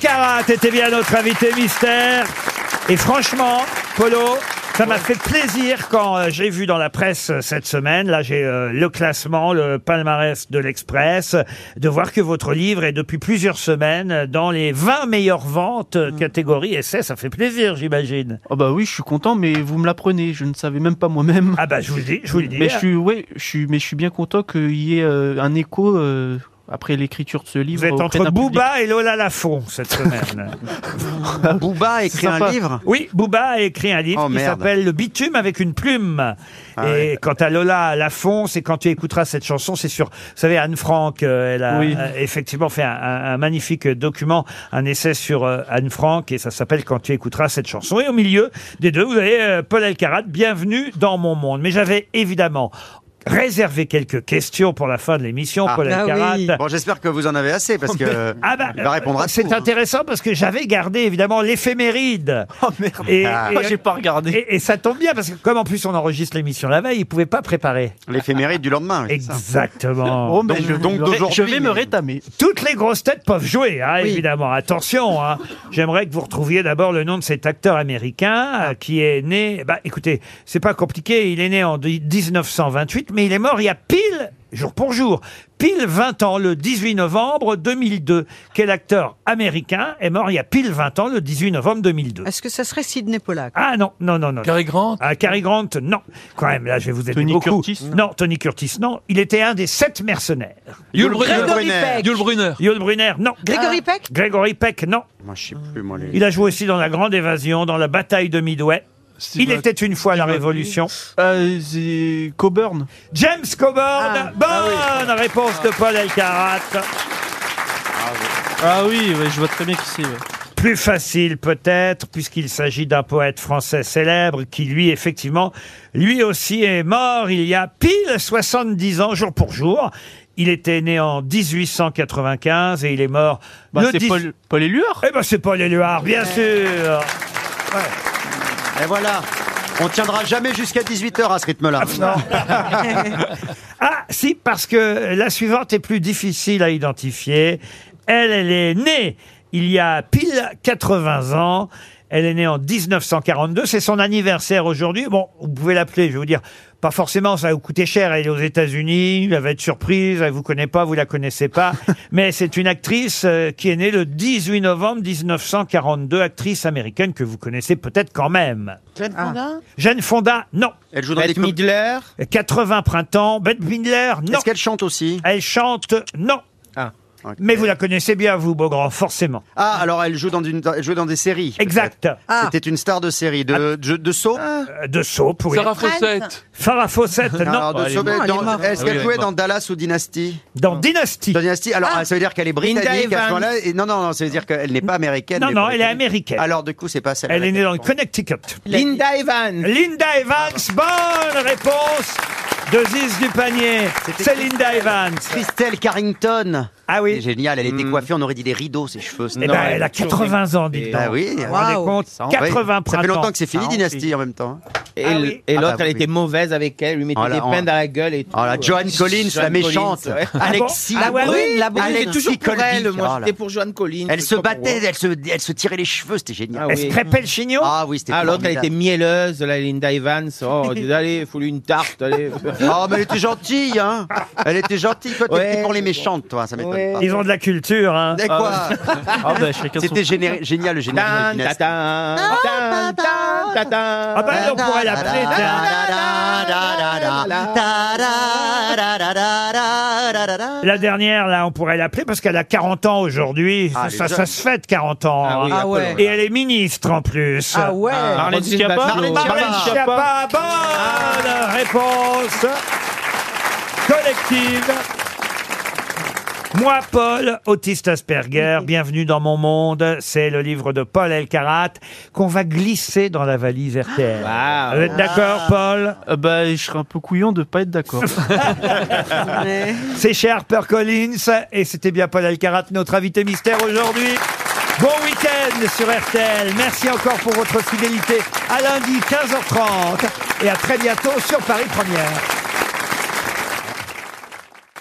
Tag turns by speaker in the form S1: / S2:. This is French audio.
S1: Platt était bien notre invité mystère. Et franchement, Polo, ça m'a fait plaisir quand euh, j'ai vu dans la presse euh, cette semaine, là j'ai euh, le classement, le palmarès de l'Express, de voir que votre livre est depuis plusieurs semaines euh, dans les 20 meilleures ventes
S2: Mm.
S1: euh, catégorie essai, ça fait plaisir j'imagine.
S2: Oh bah oui, je suis content, mais vous me l'apprenez. Je ne savais même pas moi-même.
S1: Ah bah je vous le dis, je vous le dis.
S2: Mais je suis, ouais, je suis, mais je suis bien content qu'il y ait euh, un écho euh, après l'écriture de ce livre. euh,
S1: Vous êtes
S2: auprès
S1: entre
S2: d'un public.
S1: Booba et Lola Lafont cette semaine.
S3: Booba a écrit un
S2: sympa.
S3: livre
S1: Oui, Booba a écrit un livre
S3: Oh,
S1: qui
S3: merde. Ah
S1: s'appelle Le bitume avec une plume. et quant à Lola Lafont, c'est quand tu écouteras cette chanson, c'est sûr. Vous savez, Anne Frank, euh, elle a
S2: Oui.
S1: euh, effectivement fait un, un- un magnifique document, un essai sur euh, Anne Frank, et ça s'appelle Quand tu écouteras cette chanson. Et au milieu des deux, vous avez euh, Paul Alcarat, Bienvenue dans mon monde. Mais j'avais évidemment réservé quelques questions pour la fin de l'émission,
S3: Ah.
S1: Paul
S4: Ah oui.
S1: Alcarat.
S3: Bon, j'espère que vous en avez assez parce que
S1: Ah bah,
S3: il va répondre à
S1: C'est
S3: tout. hein.
S1: intéressant parce que j'avais gardé évidemment l'éphéméride.
S2: Oh merde.
S1: Et-
S2: Ah, j'ai pas regardé.
S1: Et, et ça tombe bien parce que comme en plus on enregistre l'émission la veille, ils pouvaient pas préparer.
S3: l'éphéméride du lendemain. oui, c'est ça.
S1: Exactement.
S2: Bon, ben,
S3: Donc-
S2: je, vais
S3: donc
S2: me ré-
S3: d'aujourd'hui,
S2: je vais me
S3: mais-
S2: rétamer.
S1: Toutes les grosses têtes peuvent jouer, hein,
S4: Oui.
S1: évidemment. Attention, hein. j'aimerais que vous retrouviez d'abord le nom de cet acteur américain euh, qui est né. Bah, écoutez, c'est pas compliqué. Il est né en 1928, mais il est mort il y a pile jour pour jour, pile 20 ans, le 18 novembre 2002. Quel acteur américain est mort il y a pile 20 ans, le 18 novembre 2002
S4: Est-ce que ça serait Sidney Pollack
S1: Ah non, non, non, non.
S5: Cary Grant
S1: Ah, Cary Grant, non. Quand même, là, je vais vous aider
S2: Tony
S1: beaucoup.
S2: Curtis
S1: non, Tony Curtis, non. Il était un des sept mercenaires.
S5: Yul
S3: Brunner.
S5: Brunner
S3: Brunner.
S5: Yul Brunner
S1: Yul Brunner, non.
S4: Gregory Peck
S1: Gregory Peck, non.
S3: Moi, je sais plus, moi, les...
S1: Il a joué aussi dans La Grande Évasion, dans la bataille de Midway.
S5: Steve
S1: Il était une fois à la Révolution.
S2: Euh, c'est Coburn.
S1: James Coburn, bonne réponse de Paul Elkarat.
S2: Ah oui, ouais, je vois très bien qui c'est. ouais.
S1: Plus facile peut-être, puisqu'il s'agit d'un poète français célèbre qui, lui, effectivement, lui aussi est mort il y a pile 70 ans, jour pour jour. Il était né en 1895 et il est mort
S2: Bah,
S1: le
S2: c'est
S1: 10
S2: Paul, Paul Éluard.
S1: Eh ben, c'est Paul Éluard, bien sûr
S3: Et voilà, on tiendra jamais jusqu'à 18h à ce rythme-là.
S1: Ah, si, parce que la suivante est plus difficile à identifier. Elle, elle est née il y a pile 80 ans. Elle est née en 1942. C'est son anniversaire aujourd'hui. Bon, vous pouvez l'appeler, je vais vous dire. Pas forcément, ça va vous coûter cher. Elle est aux États-Unis, elle va être surprise, elle vous connaît pas, vous la connaissez pas. Mais c'est une actrice euh, qui est née le 18 novembre 1942, actrice américaine que vous connaissez peut-être quand même.
S4: Ah.
S1: Jeanne Fonda, non.
S3: Elle joue dans des comédies.
S1: 80 printemps, Bette Midler, non.
S3: Est-ce qu'elle chante aussi
S1: Elle chante, non.
S3: Ok.
S1: Mais vous la connaissez bien, vous, Beaugrand, forcément.
S3: Ah, alors elle joue dans, une, elle jouait dans des séries. Ah.
S1: Exact.
S4: Ah,
S3: C'était une star de série, de, de, de soap.
S1: Euh, De Soap, oui.
S5: Sarah
S4: Friends.
S5: Fawcett
S1: Farah Fawcett, non.
S3: Alors, de
S2: elle est
S3: soap,
S4: morte.
S3: dans-
S4: Elle est morte.
S3: Est-ce
S5: Ah oui,
S3: qu'elle
S5: elle est
S3: jouait
S5: morte.
S3: dans Dallas ou Dynasty Ah.
S1: Dans Dynasty.
S3: Dans Dynasty, alors ça veut dire qu'elle est britannique à ce
S6: Evans.
S3: moment-là. et Non, non, non, ça veut dire qu'elle n'est pas américaine.
S1: Non,
S3: mais
S1: non, elle est
S3: britannique.
S1: américaine.
S3: Alors, du coup, c'est pas celle
S1: Elle est née dans le
S3: le
S1: Connecticut.
S6: Linda Evans.
S1: Linda Evans, bonne réponse de Ziz du panier.
S3: C'était
S1: C'est Linda Evans.
S3: Christelle Carrington.
S1: Ah
S3: C'est
S1: oui.
S3: génial, elle est décoiffée, on aurait dit des rideaux, ses cheveux.
S1: Eh ben, elle a 80 ans, dites donc.
S3: Bah Ah oui.
S1: Vous vous rendez
S4: Waouh.
S1: compte
S2: Ça en-
S1: 80
S3: Ça fait
S1: printemps.
S3: longtemps que c'est fini,
S2: Ça en
S3: Dynasty, en même temps.
S6: Et,
S1: Ah
S6: l-
S1: oui.
S6: et
S3: Ah bah
S6: l'autre, elle
S3: oui.
S6: était mauvaise avec elle, lui mettait
S3: Oh là,
S6: des
S3: oh.
S6: pains dans la gueule et tout.
S3: Oh là, Joanne Collins, la
S6: Joan Collins,
S3: méchante.
S6: ouais.
S1: Ah bon
S3: Alexis.
S1: Ah ouais,
S6: oui,
S1: ouais.
S6: la bonne,
S3: Alexis
S6: j'étais toujours pour
S3: Colby.
S6: elle,
S3: Oh
S6: moi,
S3: là.
S6: c'était pour Joanne Collins.
S3: Elle
S6: je
S3: se
S6: sais pas
S3: battait,
S6: pourquoi.
S3: elle se, elle se tirait les cheveux, c'était
S6: Ah
S3: génial.
S6: oui.
S1: Escrépait le chignon.
S3: Ah oui, c'était
S6: Ah, l'autre, elle
S3: formidable.
S6: était mielleuse, la Linda Evans. Oh, on disait, allez, faut-lui une tarte, allez.
S3: Oh, mais elle était gentille, hein. Elle était gentille. Toi, t'es
S6: Ouais.
S3: pour les méchantes, toi, ça m'étonne
S6: Ouais.
S3: pas.
S1: Ils ont de la culture, hein.
S3: Mais quoi
S2: Ah bah, chacun son.
S3: C'était géné- génial, le générique.
S6: Tan,
S3: de
S6: ta,
S3: Dynasty.
S6: tan, tan, tan, Ah, ta, tan.
S1: Ah bah, on pourrait l'appeler, tiens.
S3: ah,
S1: La dernière, là, on pourrait l'appeler parce qu'elle a 40 ans aujourd'hui. Ça-
S3: Ah, elle est
S1: ça, ça
S3: jeune.
S1: se fait de 40 ans.
S6: Ah oui,
S1: hein.
S4: ah ouais.
S1: Et elle est ministre en plus.
S4: Ah ouais.
S2: Marlène
S6: Roselyne
S2: Schiappa.
S6: Bachelot.
S3: Marlène
S1: Marlène Schiappa,
S3: Schiappa.
S1: bonne réponse collective. Moi, Paul, autiste Asperger, bienvenue dans mon monde. C'est le livre de Paul Elkarat qu'on va glisser dans la valise RTL.
S6: Wow.
S1: Vous êtes d'accord, Paul
S2: Ah bah, je serais un peu couillon de pas être d'accord.
S1: C'est chez HarperCollins et c'était bien Paul Alcarat, notre invité mystère aujourd'hui. Bon week-end sur RTL. Merci encore pour votre fidélité. À lundi 15h30 et à très bientôt sur Paris Première.